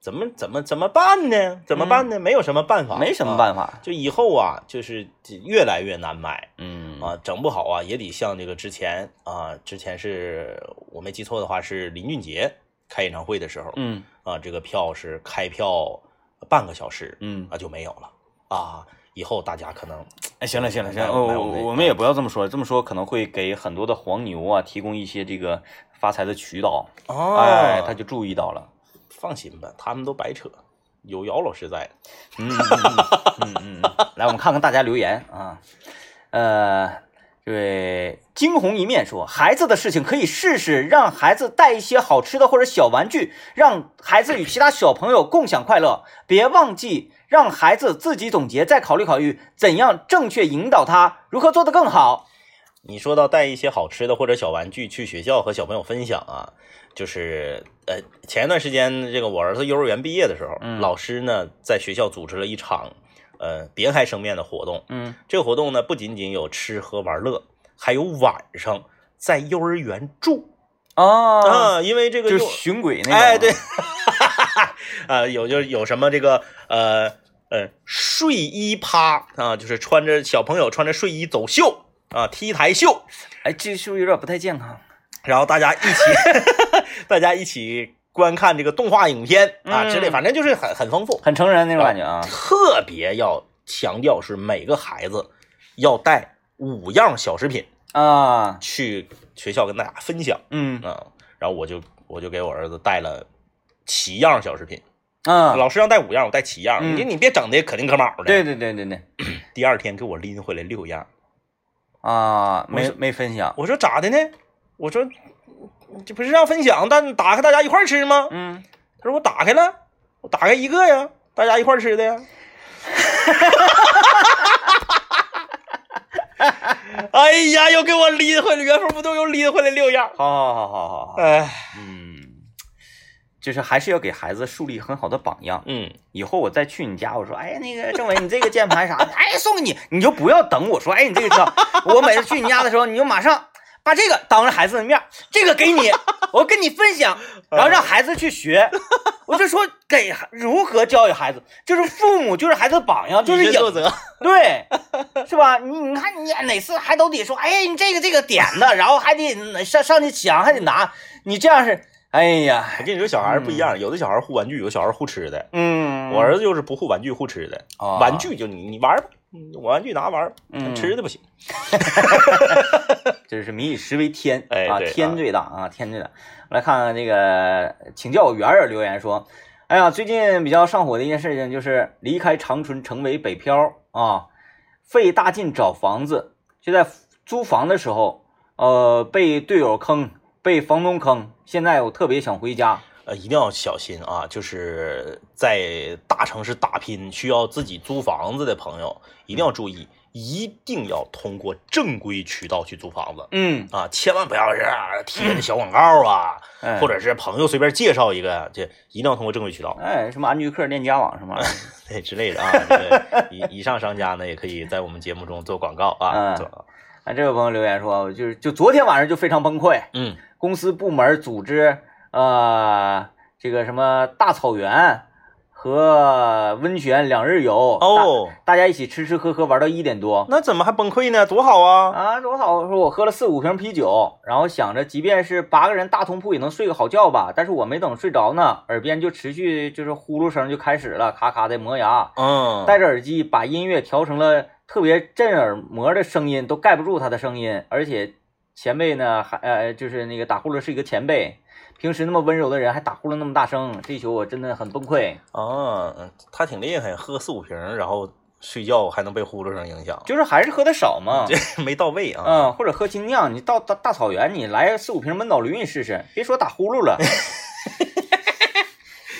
B: 怎么怎么怎么办呢？怎么办呢？没有什么办法，
A: 嗯没什么
B: 法、
A: 办法，
B: 就以后啊，就是越来越难买
A: 嗯
B: 啊，整不好啊，也得像这个之前啊，之前是我没记错的话，是林俊杰开演唱会的时候，
A: 嗯
B: 啊，这个票是开票半个小时，
A: 嗯，
B: 啊就没有了啊。以后大家可能
A: 哎，行了行了行
B: 买
A: 了，
B: 我
A: 我
B: 买我
A: 我
B: 那
A: 我们也不要这么说，这么说可能会给很多的黄牛啊提供一些这个发财的渠道，
B: 哦
A: 哎，他
B: 他
A: 就注意到了，
B: 放心吧，他们都白扯，有姚老师在。
A: 嗯嗯嗯嗯，嗯，来，我们看看大家留言啊， 呃，这位惊鸿一面说，孩子的事情可以试试，让孩子带一些好吃的或者小玩具，让孩子与其他小朋友共享快乐，别忘记让孩子自己总结，再考虑考虑怎样正确引导他，如何做得更好。
B: 你说到带一些好吃的或者小玩具去学校和小朋友分享啊，就是呃前一段时间这个我儿子幼儿园毕业的时候，
A: 嗯
B: 老师呢在学校组织了一场呃别开生面的活动。
A: 嗯
B: 这个活动呢不仅仅有吃喝玩乐，还有晚上在幼儿园住
A: 哦，
B: 啊，因为这个
A: 就
B: 幼
A: 巡轨那个，
B: 哎，对， 啊，有就是有什么这个呃呃睡衣趴啊，就是穿着小朋友穿着睡衣走秀啊，T 台秀，
A: 哎，这是不是有点不太健康？
B: 然后大家一 起大家一起观看这个动画影片啊之类，
A: 嗯
B: 反正就是很很丰富，
A: 很成人那种感觉啊。
B: 特别要强调是每个孩子要带五样小食品
A: 啊，
B: 去学校跟大家分享
A: 嗯
B: 啊，然后我就我就给我儿子带了七样小食品。
A: 啊，
B: 老师让带五样，我带七样。
A: 嗯
B: 你你别整的可丁可卯的。
A: 对，对对对对
B: 第二天给我拎回来六样。
A: 啊，没
B: 我
A: 没分享。
B: 我说咋的呢？我说这不是让分享，但打开大家一块儿吃吗？
A: 嗯，
B: 他说我打开了，我打开一个呀，大家一块儿吃 的呀。哎呀，又给我拎回来，原封不动又拎回来六样。
A: 好好好好好好，
B: 哎，
A: 嗯，就是还是要给孩子树立很好的榜样。
B: 嗯，
A: 以后我再去你家，我说，哎，那个政委，你这个键盘啥的，哎，送给你，你就不要等我说，哎，你这个知道，我每次去你家的时候，你就马上把这个当着孩子的面儿，这个给你，我跟你分享，然后让孩子去学。我就说给孩如何教育孩子，就是父母就是孩子的榜样，就是
B: 以身
A: 影
B: 作则。
A: 对，是吧？你你看你哪次还都得说，哎，你这个这个点的，然后还得呃上上去抢，还得拿，你这样是，哎呀
B: 我，跟你说，小孩儿不一样，有的小孩儿护玩具，有的小孩儿护吃的。
A: 嗯，
B: 我儿子就是不护玩具，护吃的。
A: 啊
B: 玩具就你你玩吧，嗯我玩具拿玩吧，
A: 嗯
B: 吃的不行。
A: 这是民以食为天，
B: 哎
A: 啊，
B: 对
A: 天
B: 啊
A: 最大啊，天最大。我来看看这个，请教我圆圆留言说，哎呀，最近比较上火的一件事情就是离开长春，成为北漂啊，费大劲找房子，就在租房的时候，呃，被队友坑，被房东坑，现在我特别想回家。
B: 呃，一定要小心啊！就是在大城市打拼需要自己租房子的朋友，一定要注意，一定要通过正规渠道去租房子
A: 嗯，
B: 啊，千万不要是贴的小广告啊，
A: 哎、
B: 或者是朋友随便介绍一个，这一定要通过正规渠道，
A: 哎，什么安居客、链家网什么
B: 哎
A: 玩意儿，
B: 对之类的 啊。这个以以上商家呢，也可以在我们节目中做广告啊。
A: 嗯
B: 做
A: 啊，这位朋友留言说，我就是就昨天晚上就非常崩溃，
B: 嗯
A: 公司部门组织呃这个什么大草原和温泉两日游，
B: 哦，
A: 大，大家一起吃吃喝喝玩到一点多
B: 那怎么还崩溃呢？多好啊！
A: 啊，多好！说我喝了四五瓶啤酒，然后想着即便是八个人大通铺也能睡个好觉吧，但是我没等睡着呢，耳边就持续就是呼噜声就开始了，咔咔的磨牙，
B: 嗯，
A: 戴着耳机把音乐调成了特别震耳膜的声音，都盖不住他的声音。而且前辈呢，还呃就是那个打呼噜是一个前辈，平时那么温柔的人还打呼噜那么大声，这一宿我真的很崩溃。
B: 啊，嗯他挺厉害，喝四五瓶儿，然后睡觉还能被呼噜声影响，
A: 就是还是喝的少嘛，
B: 这没到位啊。
A: 嗯，或者喝精酿，你到大大草原，你来四五瓶闷倒驴，你试试，别说打呼噜 了，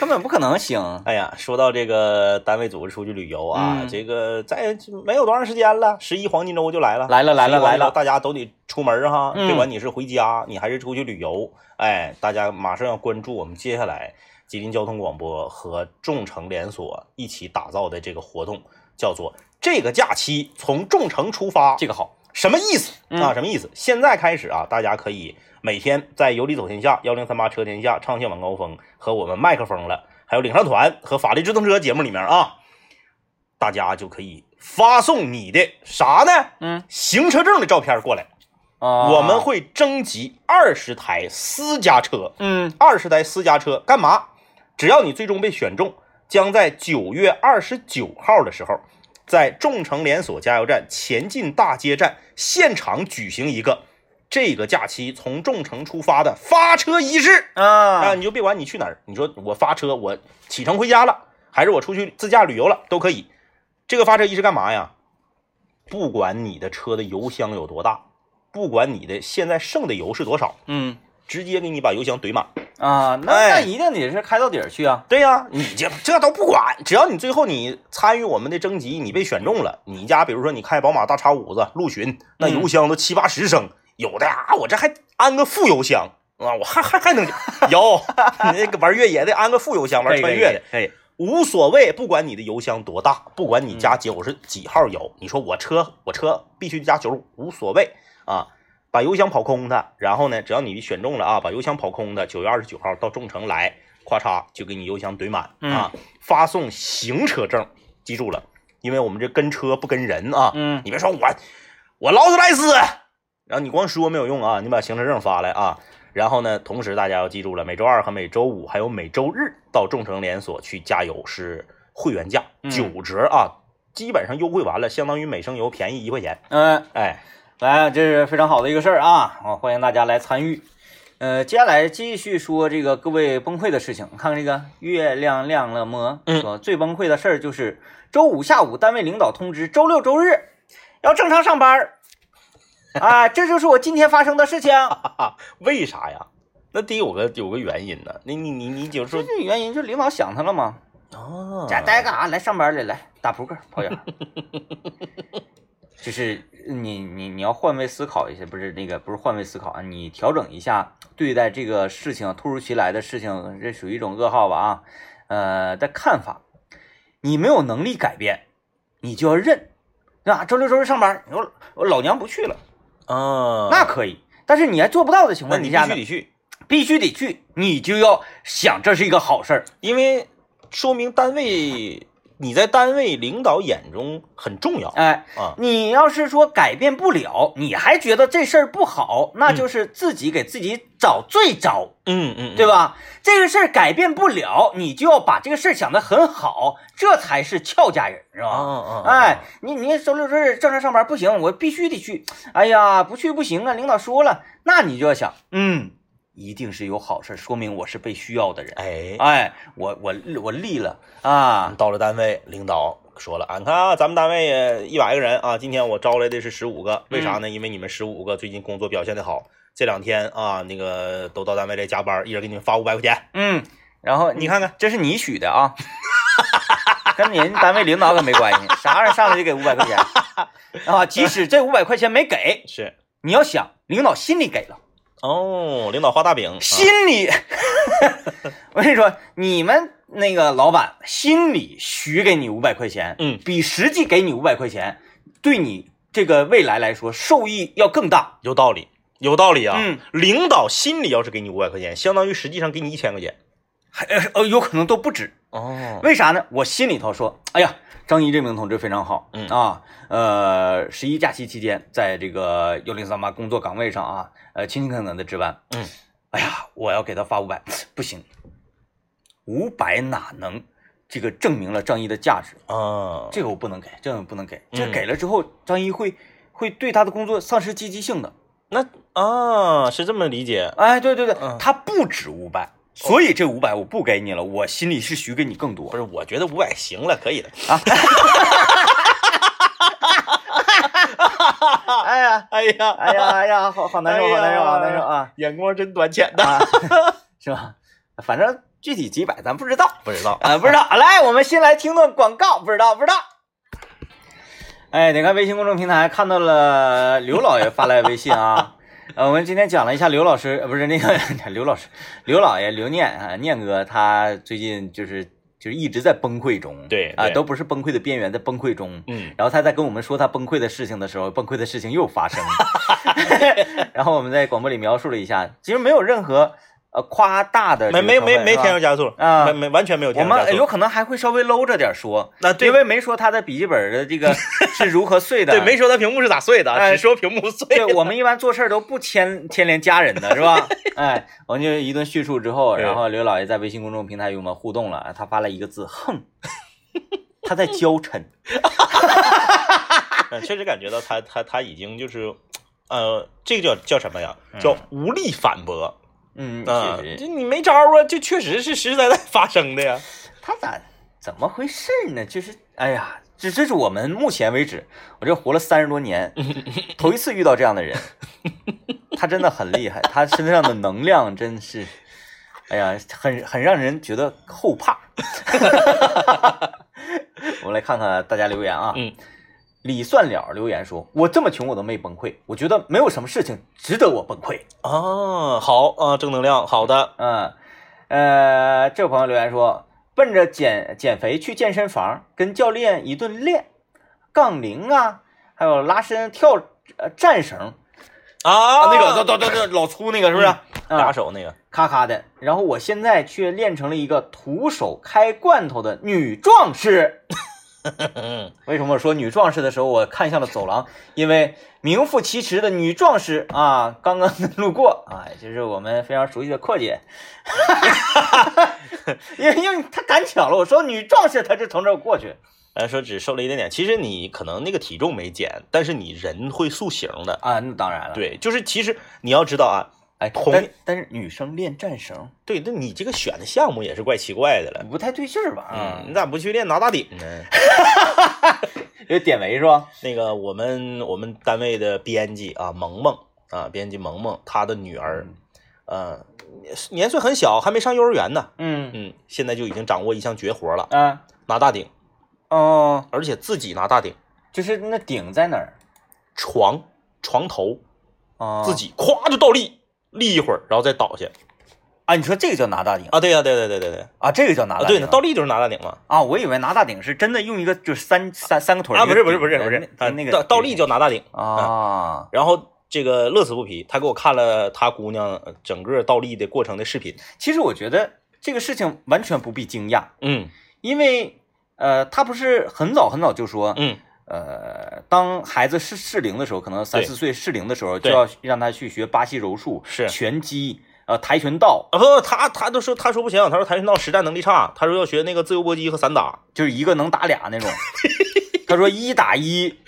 A: 根本不可能行。
B: 哎呀，说到这个单位组织出去旅游啊，
A: 嗯
B: 这个再没有多长时间了，十一黄金周就来了，
A: 来了来了
B: 11黄金周
A: 来了
B: 大家都得出门儿哈，
A: 嗯
B: 别管你是回家，你还是出去旅游，哎，大家马上要关注我们接下来吉林交通广播和众诚连锁一起打造的这个活动，叫做这个假期从众诚出发，
A: 这个好，
B: 什么意思
A: 嗯
B: 啊？什么意思？现在开始啊，大家可以每天在有理走天下、幺零三八车天下、畅想晚高峰和我们麦克风了，还有领航团和法律直通车节目里面啊，大家就可以发送你的啥呢？
A: 嗯
B: 行车证的照片过来，
A: 啊，
B: 我们会征集二十台私家车，
A: 嗯
B: 二十台私家车干嘛？只要你最终被选中，将在九月二十九号的时候，在众诚连锁加油站前进大街站现场举行一个这个假期从众诚出发的发车仪式。啊，
A: 啊
B: 你就别管你去哪儿，你说我发车，我启程回家了，还是我出去自驾旅游了，都可以。这个发车仪式干嘛呀？不管你的车的油箱有多大，不管你的现在剩的油是多少，
A: 嗯
B: 直接给你把油箱怼满。
A: 啊，那
B: 哎
A: 那一定得是开到底儿去啊。
B: 对呀、你这这都不管，只要你最后你参与我们的征集，你被选中了，你家比如说你开宝马大叉五子陆巡，那
A: 嗯
B: 油箱都七八十升，有的啊，我这还安个副油箱啊，我还还还能 有你那个玩越野的安个副油箱，玩穿越的
A: 可以，
B: 无所谓，不管你的油箱多大，不管你加九是几号油，你说我车我车必须加九十五，无所谓啊。把油箱跑空它，然后呢，只要你选中了啊，把油箱跑空它，九月二十九号到众诚来，咔嚓就给你油箱怼满啊，发送行车证，记住了，因为我们这跟车不跟人啊，
A: 嗯
B: 你别说我，我劳斯莱斯，然后你光说没有用啊，你把行车证发来啊。然后呢，同时大家要记住了，每周二和每周五还有每周日到众诚连锁去加油是会员价
A: 嗯
B: 九折啊，基本上优惠完了，相当于每升油便宜一块钱。
A: 嗯。
B: 哎，
A: 来，这是非常好的一个事儿啊！啊，欢迎大家来参与。呃，接下来继续说这个各位崩溃的事情。看看这个月亮亮了么？
B: 嗯
A: 说最崩溃的事儿就是周五下午单位领导通知周六周日要正常上班儿。啊，这就是我今天发生的事情。
B: 哈哈，为啥呀？那得有个有个原因呢。你你你你就
A: 这
B: 说
A: 是原因，就是领导想他了嘛，
B: 啊
A: 在家待着干啥？来上班来，来打扑克、跑眼 儿。就是你你你要换位思考一下，不是那个不是换位思考啊，你调整一下对待这个事情，突如其来的事情，这属于一种噩耗吧啊，呃的看法，你没有能力改变，你就要认。那周六周日上班，你说我老娘不去了，
B: 啊，
A: 那可以，但是你还做不到的情
B: 那
A: 况之
B: 你必
A: 下
B: 须
A: 呢，
B: 得去，
A: 必须得去，你就要想这是一个好事儿。
B: 因为说明单位你在单位领导眼中很重要
A: 哎，
B: 啊。
A: 你要是说改变不了，你还觉得这事儿不好，那就是自己给自己找罪找，
B: 嗯嗯，
A: 对吧？这个事儿改变不了，你就要把这个事儿想得很好，这才是俏佳人，是吧？
B: 啊
A: 哎，，你你周六周日正常上班不行，我必须得去。哎呀，不去不行啊，领导说了，那你就要想，嗯，一定是有好事，说明我是被需要的人。
B: 哎，
A: 哎，我我我立了啊！
B: 到了单位，领导说了，俺看啊，咱们单位一百个人啊，今天我招来的是十五个，为啥呢？因为你们十五个最近工作表现的好，这两天啊，那个都到单位来加班，一人给你们发五百块钱。
A: 嗯，然后
B: 你
A: 你看，
B: 看看，
A: 这是你许的啊， 跟人单位领导可没关系，啥人上来就给五百块钱啊？即使这五百块钱没给，
B: 是
A: 你要想领导心里给了，
B: 哦，领导画大饼，啊
A: 心里， 我跟你说，你们那个老板心里许给你五百块钱，
B: 嗯
A: 比实际给你五百块钱，对你这个未来来说受益要更大。
B: 有道理，有道理啊。
A: 嗯，
B: 领导心里要是给你五百块钱，相当于实际上给你一千块钱。
A: 还呃，有可能都不止，
B: 哦，
A: 为啥呢？我心里头说，哎呀，张一这名同志非常好，
B: 嗯
A: 啊，呃，十一假期期间，在这个幺零三八工作岗位上啊，呃，勤勤恳恳的值班，
B: 嗯，
A: 哎呀，我要给他发五百，不行，五百哪能这个证明了张一的价值？
B: 啊，
A: 这个我不能给，这个我不能给，这
B: 嗯
A: 给了之后，张一会会对他的工作丧失积极性的。
B: 那啊是这么理解。
A: 哎，对对对，
B: 嗯
A: 他不止五百。所以这五百我不给你了，我心里是许给你更多
B: 不。是，我觉得五百行了，可以的。
A: 哎呀，
B: 哎呀，
A: 哎呀，哎呀，好好难受，好难受，好难受啊！
B: 眼光真短浅呐。
A: 啊， 是吧？反正具体几百咱不知道
B: 不知道，
A: 啊，不知道。来，我们先来听段广告，不知道，不知道。哎，得看微信公众平台看到了刘老爷发来微信啊。呃，我们今天讲了一下刘老师，呃、不是那个刘老师，刘老爷刘念啊，念哥他最近就是就是一直在崩溃中，
B: 对
A: 啊、
B: 对
A: 都不是崩溃的边缘，在崩溃中，
B: 嗯，
A: 然后他在跟我们说他崩溃的事情的时候，崩溃的事情又发生 了。然后我们在广播里描述了一下，其实没有任何呃夸大的这
B: 没
A: 个
B: 没没没
A: 成
B: 添
A: 分是吧
B: 油加醋
A: 啊
B: 没没完全没有
A: 我
B: 添油
A: 们
B: 加
A: 呃
B: 醋。
A: 有可能还会稍微搂着点说，
B: 那对
A: 因为没说他的笔记本的 这个是如何碎的。
B: 对，没说他屏幕是咋碎的啊，
A: 哎
B: 只说屏幕碎
A: 对
B: 了。
A: 我们一般做事儿都不牵牵连家人的是 吧？哎，我们就一顿叙述之后，
B: 对
A: 然后刘老爷在微信公众平台与我们互动了，他发了一个字“哼”，他在娇
B: 啊
A: 嗔。
B: 嗯确实感觉到他他他已经就是，呃，这个叫叫什么呀？叫无力反驳
A: 嗯，
B: 啊！
A: 确实
B: 这你没招啊，这确实是实实在在发生的呀。
A: 他咋怎么回事呢？就是哎呀，这这是我们目前为止，我这活了三十多年，头一次遇到这样的人，他真的很厉害，他身上的能量真是，哎呀，很很让人觉得后怕。 我们来看看大家留言啊，
B: 嗯
A: 李算了留言说：“我这么穷我都没崩溃，我觉得没有什么事情值得我崩溃。”
B: 啊，好啊，正能量，好的，
A: 嗯，呃，这位朋友留言说，奔着减减肥去健身房，跟教练一顿练，杠铃啊，还有拉伸、跳、呃、战绳啊，
B: 啊嗯
A: 那个都都都老粗那个是不是？
B: 打
A: 啊，
B: 手 那个，
A: 咔咔的。然后我现在却练成了一个徒手开罐头的女壮士。
B: 嗯，
A: 为什么我说女壮士的时候，我看向了走廊？因为名副其实的女壮士啊，刚刚路过啊，就是我们非常熟悉的阔姐， 因为因为她赶巧了，我说女壮士，她就从这儿过去
B: 呃，说只瘦了一点点，其实你可能那个体重没减，但是你人会塑形的。
A: 啊，那当然了，，
B: 对，就是其实你要知道啊，
A: 哎，
B: 同
A: 但但是女生练战绳
B: 对，那你这个选的项目也是怪奇怪的了。
A: 不太对劲儿吧？啊
B: 嗯，你，咋不去练拿大顶呢？
A: 嗯有典韦是吧？
B: 那个我们我们单位的编辑啊，萌萌啊，编辑萌萌，她的女儿，呃，年岁很小，还没上幼儿园呢，
A: 嗯
B: 嗯，现在就已经掌握一项绝活了，
A: 啊
B: 拿大顶，
A: 哦，
B: 而且自己拿大顶，
A: 就是那顶在哪儿
B: 床床头
A: 啊？
B: 自己咵就倒立，立一会儿，然后再倒下
A: 啊？你说这个叫拿大顶
B: 啊，对呀、对对对对对，
A: 啊？这个叫拿
B: 啊
A: 大
B: 对
A: 顶
B: 呢，倒立就是拿大顶嘛，
A: 啊，我以为拿大顶是真的用一个就是三三三个腿儿
B: 啊，
A: 一个
B: 不是不是
A: 顶
B: 不是
A: 呃
B: 不是，
A: 那
B: 啊，
A: 那个
B: 倒倒立叫拿大顶，
A: 啊，
B: 然后。这个乐此不疲，他给我看了他姑娘呃整个倒立的过程的视频。
A: 其实我觉得这个事情完全不必惊讶，
B: 嗯
A: 因为呃，他不是很早很早就说，
B: 嗯，
A: 呃，当孩子适适龄的时候，可能三
B: 对
A: 四岁适龄的时候，就
B: 对
A: 要让他去学巴西柔术、
B: 是
A: 拳击、呃跆拳道，
B: 啊不，他他都说他说不行，他说跆拳道实战能力差，他说要学那个自由搏击和散打。
A: 就是一个能打俩那种。他说一打一，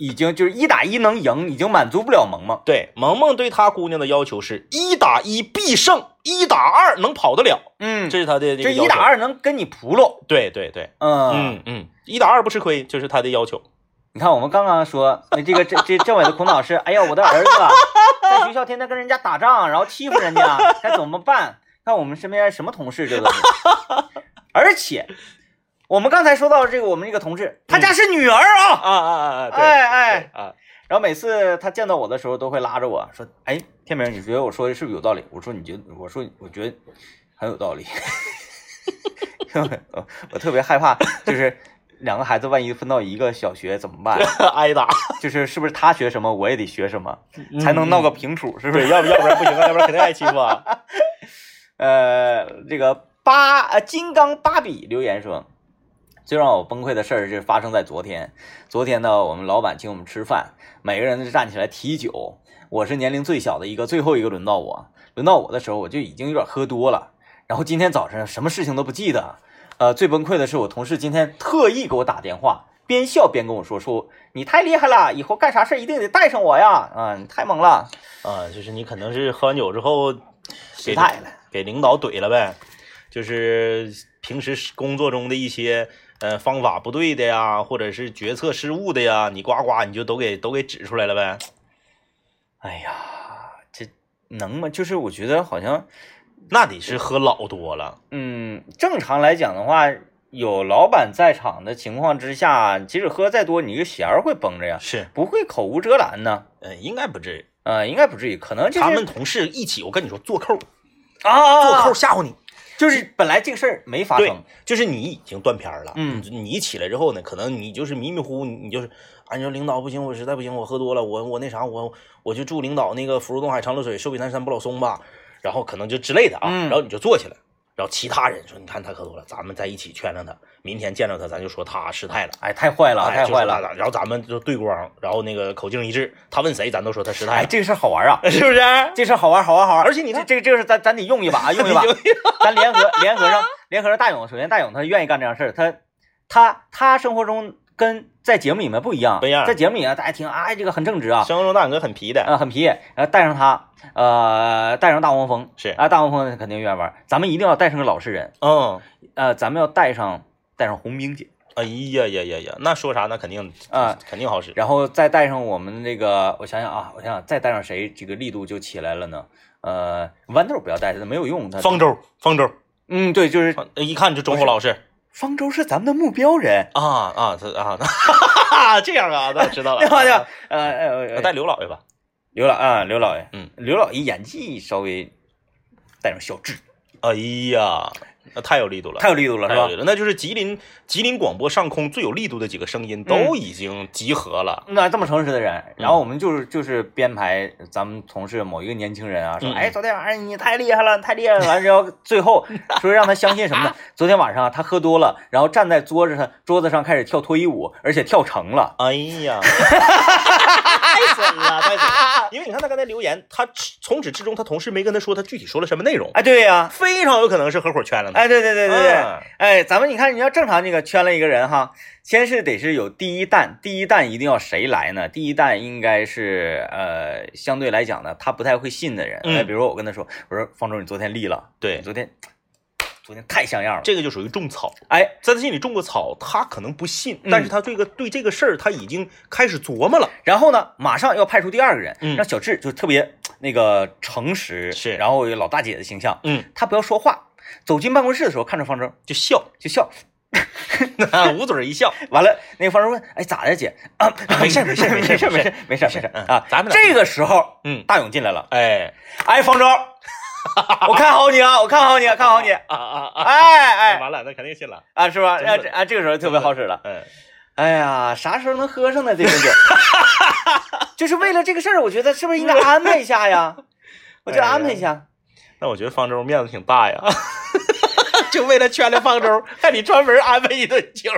A: 已经就是一打一能赢，已经满足不了萌萌。
B: 对，萌萌对他姑娘的要求是一打一必胜，一打二能跑得了，
A: 嗯，
B: 这是他的
A: 就
B: 这个
A: 一打
B: 要求，
A: 二能跟你扑喽。
B: 对对对，
A: 嗯，
B: 嗯嗯，一打二不吃亏，这是他的要求。
A: 你看我们刚刚说呃这个这这政委的苦恼是，哎呀，我的儿子啊在学校天天跟人家打仗，然后欺负人家，该怎么办？看我们身边什么同事这都是，而且我们刚才说到这个我们这个同事，他家是女儿啊，
B: 啊啊啊！对
A: 哎哎，
B: 对啊，
A: 然后每次他见到我的时候，都会拉着我说：“哎，天明，你觉得我说的是不是有道理？”我说：“你觉得？”我说：“我觉得很有道理。” 我我特别害怕，就是两个孩子万一分到一个小学怎么办？
B: 挨打
A: 就是是不是他学什么，我也得学什么，才能
B: 嗯
A: 闹个平处，是不
B: 对，
A: 是？
B: 要不要不然不行啊，要不然肯定挨欺负啊。
A: 呃，这个巴呃金刚芭比留言说，最让我崩溃的事儿是发生在昨天。昨天呢，我们老板请我们吃饭，每个人都站起来提酒。我是年龄最小的一个，最后一个轮到我。轮到我的时候，我就已经有点喝多了。然后今天早晨什么事情都不记得。呃，最崩溃的是我同事今天特意给我打电话，边笑边跟我说：“说你太厉害了，以后干啥事儿一定得带上我呀！啊、你太猛了，
B: 啊，就是你可能是喝完酒之后
A: 失
B: 给
A: 态了。
B: 给领导怼了呗，就是平时工作中的一些呃方法不对的呀，或者是决策失误的呀，你呱呱你就都给都给指出来了呗。”
A: 哎呀，这能吗？就是我觉得好像，
B: 那得是喝老多了，
A: 嗯，正常来讲的话，有老板在场的情况之下，即使喝再多，你这弦儿会绷着呀，
B: 是，
A: 不会口无遮拦呢。
B: 嗯、应该不至于。
A: 呃，应该不至于，可能就是
B: 他们同事一起，我跟你说做扣，
A: 啊啊，
B: 做
A: 啊
B: 扣吓唬你，
A: 就是本来这个事儿没发
B: 对
A: 生，，
B: 就是你已经断片儿了，
A: 嗯
B: 你你一起来之后呢，可能你就是迷迷糊糊，你你就是，啊，你说领导不行，我实在不行，我喝多了，我我那啥，我我就祝领导那个福如东海，长流水，寿比南山，不老松吧，然后可能就之类的啊，
A: 嗯
B: 然后你就坐起来，然后其他人说，你看他喝多了，咱们在一起劝劝他，明天见着他，咱就说他失态了。
A: 哎，太坏了，
B: 哎
A: 太坏，
B: 就是
A: 了，
B: 他然后咱们就对光，然后那个口径一致，他问谁，咱都说他失态
A: 哎，
B: 了，
A: 这个事儿好玩啊，
B: 是不是？
A: 这事儿好玩，好玩，好玩，
B: 而且你看
A: 这这个这个事儿咱咱得用一把啊， 用一把，咱联合联合上联合上大勇，首先大勇他愿意干这样的事儿，他他他生活中跟在节目里面不一样，
B: 不一样
A: 在节目里面大家听啊，哎这个很正直啊，
B: 生活中大勇哥很皮的，
A: 啊很皮，然后带上他，呃带上大黄蜂
B: 是
A: 啊，大黄蜂肯定愿意玩，咱们一定要带上个老实人，
B: 嗯，
A: 呃咱们要带上带上红冰姐，
B: 哎呀呀呀呀，那说啥？那肯定
A: 啊
B: 肯定好使。
A: 然后再带上我们这个，我想想啊，我想想再带上谁，这个力度就起来了呢，呃豌豆不要带，没有用，他
B: 方舟，方舟，
A: 嗯对就是
B: 方一看就中国老师
A: 方舟是咱们的目标 人。
B: 啊啊，他 啊，这样啊，那我知道了，
A: 对吧？对吧？ 呃呃呃，
B: 那带刘老爷吧，
A: 刘老啊，刘老爷，
B: 嗯，
A: 刘老爷演技稍微带上小智，
B: 哎呀，那太有力度了，
A: 太有力度了，
B: 太
A: 是
B: 有
A: 吧
B: 力？度了，那就是吉林吉林广播上空最有力度的几个声
A: 嗯
B: 音都已经集合了，
A: 那这么诚实的人，然
B: 嗯
A: 后我们就是就是编排咱们同事某一个年轻人啊，说，
B: 嗯嗯
A: 哎，昨天晚上你太厉害了，太厉害了，完之后最 后说让他相信什么呢？昨天晚上啊他喝多了，然后站在桌子上桌子上开始跳脱衣舞，而且跳成了，
B: 哎 呀，太损了，太损了，因为你看他刚才留言，他从始至终他同事没跟他说他具体说了什么内容，
A: 哎，对呀，
B: 非常有可能是合伙圈了他，
A: 哎，对对对对对，
B: 嗯
A: 哎，咱们你看，你要正常这个圈了一个人哈，先是得是有第一弹，第一弹一定要谁来呢？第一弹应该是呃，相对来讲呢，他不太会信的人。
B: 嗯
A: 哎，比如说我跟他说，我说方舟，你昨天立了，
B: 对
A: 你，昨天，昨天太像样了。
B: 这个就属于种草。
A: 哎，
B: 在他心里种过草，他可能不信，
A: 嗯
B: 但是他这个对这个事儿他已经开始琢磨了。
A: 然后呢，马上要派出第二个人，
B: 嗯
A: 让小智就特别那个诚实，
B: 是
A: 然后有老大姐的形象，
B: 嗯，
A: 他不要说话，走进办公室的时候看着方舟
B: 就笑，
A: 就笑，
B: 捂嘴一笑。
A: 完了，那个方舟问：“哎，咋的，姐？ 啊，没事儿，没事儿，没事儿，没事儿，没事儿，没事儿啊。”
B: 嗯咱们俩
A: 这个时候，
B: 嗯
A: 大勇进来了。
B: 哎，
A: 哎， 方舟，我看好你啊，我看好你，看好你。哎
B: 啊啊啊！
A: 哎
B: 完了，那肯定信了。
A: 啊，是吧？
B: 真
A: 啊
B: 的
A: 这啊，这个时候特别好使了。
B: 嗯，
A: 哎呀，啥时候能喝上呢？这 瓶酒，就是为了这个事儿，我觉得是不是应该安排一下 呀？我就安排一下。
B: 那我觉得方舟面子挺大呀， 就为了圈了方 舟，还得专门安排一顿酒。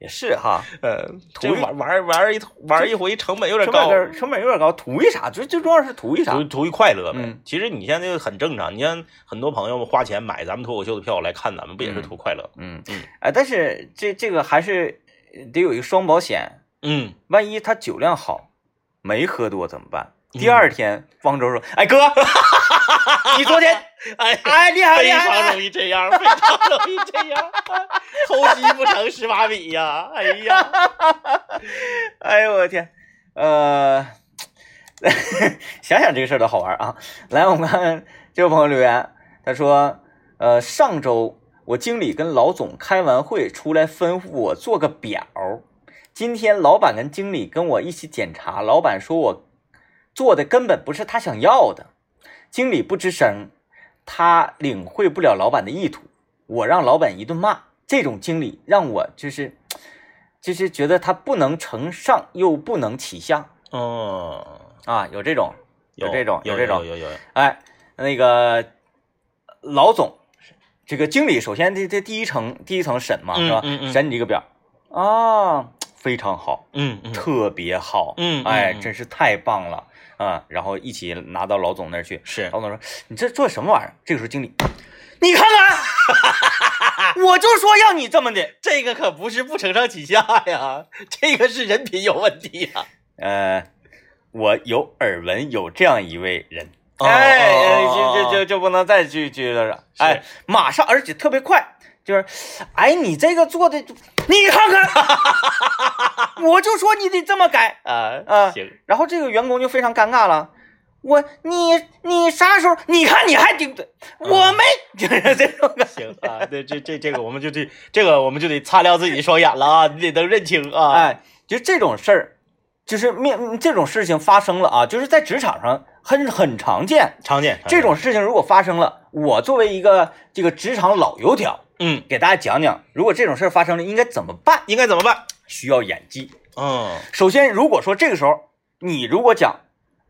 A: 也是哈，
B: 嗯，这
A: 图一
B: 玩玩玩一玩一回成本有点
A: 成本
B: 高
A: 有。点成本有点高，图一啥？最最重要是图一啥
B: 图？图一快乐呗。
A: 嗯
B: 其实你现在就很正常，你像很多朋友们花钱买咱们脱口秀的票来看咱们，不也是图快乐？
A: 嗯
B: 嗯，
A: 哎，但是这这个还是呃得有一个双保险，
B: 嗯，
A: 万一他酒量好，没喝多怎么办？第二天，方舟说：“哎 哥，你昨天
B: 哎，
A: 哎厉害
B: 非
A: 厉害！”厉
B: 常
A: 害
B: 容易这样，非常容易这样， 偷鸡不成蚀把米呀、哎呀，
A: 哎呦我的天，呃， 想想这个事儿都好玩啊。来，我们看这位朋友留言，他说，呃，上周我经理跟老总开完会出来吩咐我做个表，今天老板跟经理跟我一起检查，老板说我做的根本不是他想要的，经理不吱声，他领会不了老板的意图，我让老板一顿骂，这种经理让我就是。就是觉得他不能承上又不能启下
B: 嗯，
A: 啊，有这种，有这种，
B: 有
A: 这种，
B: 有有有，
A: 哎，那个老总，这个经理首先这这第一层第一层审嘛，
B: 嗯
A: 是吧？
B: 嗯嗯
A: 审你这个表啊，非常好，
B: 嗯嗯
A: 特别好，
B: 嗯嗯
A: 哎，
B: 嗯
A: 真是太棒了啊！然后一起拿到老总那儿去，
B: 是
A: 老总说你这做什么玩意儿？这个时候经理，你看看， 我就说让你这么的，
B: 这个可不是不承上启下呀，这个是人品有问题呀、
A: 呃，我有耳闻有这样一位人，
B: 哦
A: 哎，
B: 哦哦
A: 哎
B: 哦
A: 就就就不能再去去那啥，哎，马上，而且特别快，就是，哎，你这个做的，你看看， 我就说你得这么改，
B: 啊。
A: 啊
B: 行，
A: 然后这个员工就非常尴尬了。我你你啥时候？你看你还顶嘴，我
B: 嗯
A: 没， 就是这种感觉。
B: 行啊，对这这这个我们就得这个我们就得擦亮自己的双眼了啊，你得能认清啊。
A: 哎，就这种事儿，就是面这种事情发生了啊，就是在职场上很很常见。
B: 常见
A: 这，种事情如果发生了，我作为一个这个职场老油条，
B: 嗯，
A: 给大家讲讲，如果这种事儿发生了，应该怎么办？
B: 应该怎么办？
A: 需要演技。
B: 嗯
A: 首先，如果说这个时候你如果讲，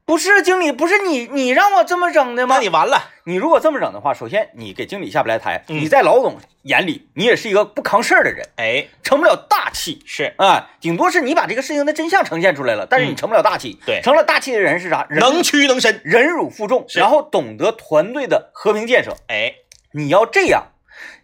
A: 不是啊经理，不是你，你让我这么整的吗？
B: 那你完了，
A: 你如果这么整的话，首先你给经理下不来台，
B: 嗯
A: 你在老总眼里你也是一个不扛事儿的人，
B: 哎，
A: 成不了大器。
B: 是
A: 啊，顶多是你把这个事情的真相呈现出来了，但是你
B: 嗯
A: 成不了大气。
B: 对
A: 成了大气的人是啥？人
B: 能屈能伸，
A: 忍辱负重，
B: 是
A: 然后懂得团队的和平建设。
B: 哎，
A: 你要这样，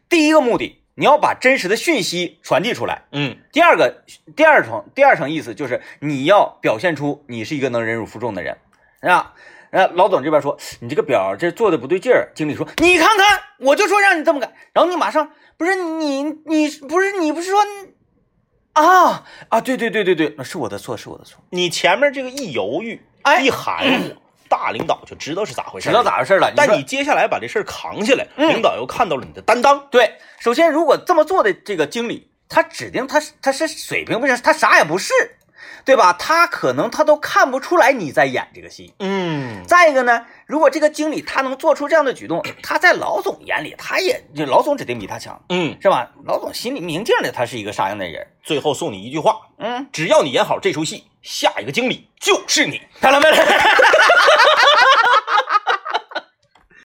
A: 第一个目的，你要把真实的讯息传递出来；
B: 嗯
A: 第二个，第二层，第二层意思就是你要表现出你是一个能忍辱负重的人啊。那老总这边说你这个表这做的不对劲儿，经理说你看看，我就说让你这么改，然后你马上不是你你不是你不是说啊啊对对对对对，是我的错是我的错，
B: 你前面这个一犹豫，
A: 哎
B: 一含糊，大领导就知道是咋回事，
A: 知道咋。回事了。
B: 但
A: 说
B: 你接下来把这事儿扛下来，
A: 嗯
B: 领导又看到了你的担当，
A: 对，首先如果这么做的这个经理，他指定他是他是水平不行，他啥也不是，对吧？他可能他都看不出来你在演这个戏。
B: 嗯，
A: 再一个呢，如果这个经理他能做出这样的举动， 他在老总眼里，他也就老总指定比他强，
B: 嗯，
A: 是吧？老总心里明镜的他是一个啥样的人？
B: 最后送你一句话：
A: 嗯，
B: 只要你演好这出戏，下一个经理就是你。
A: 漂亮漂亮。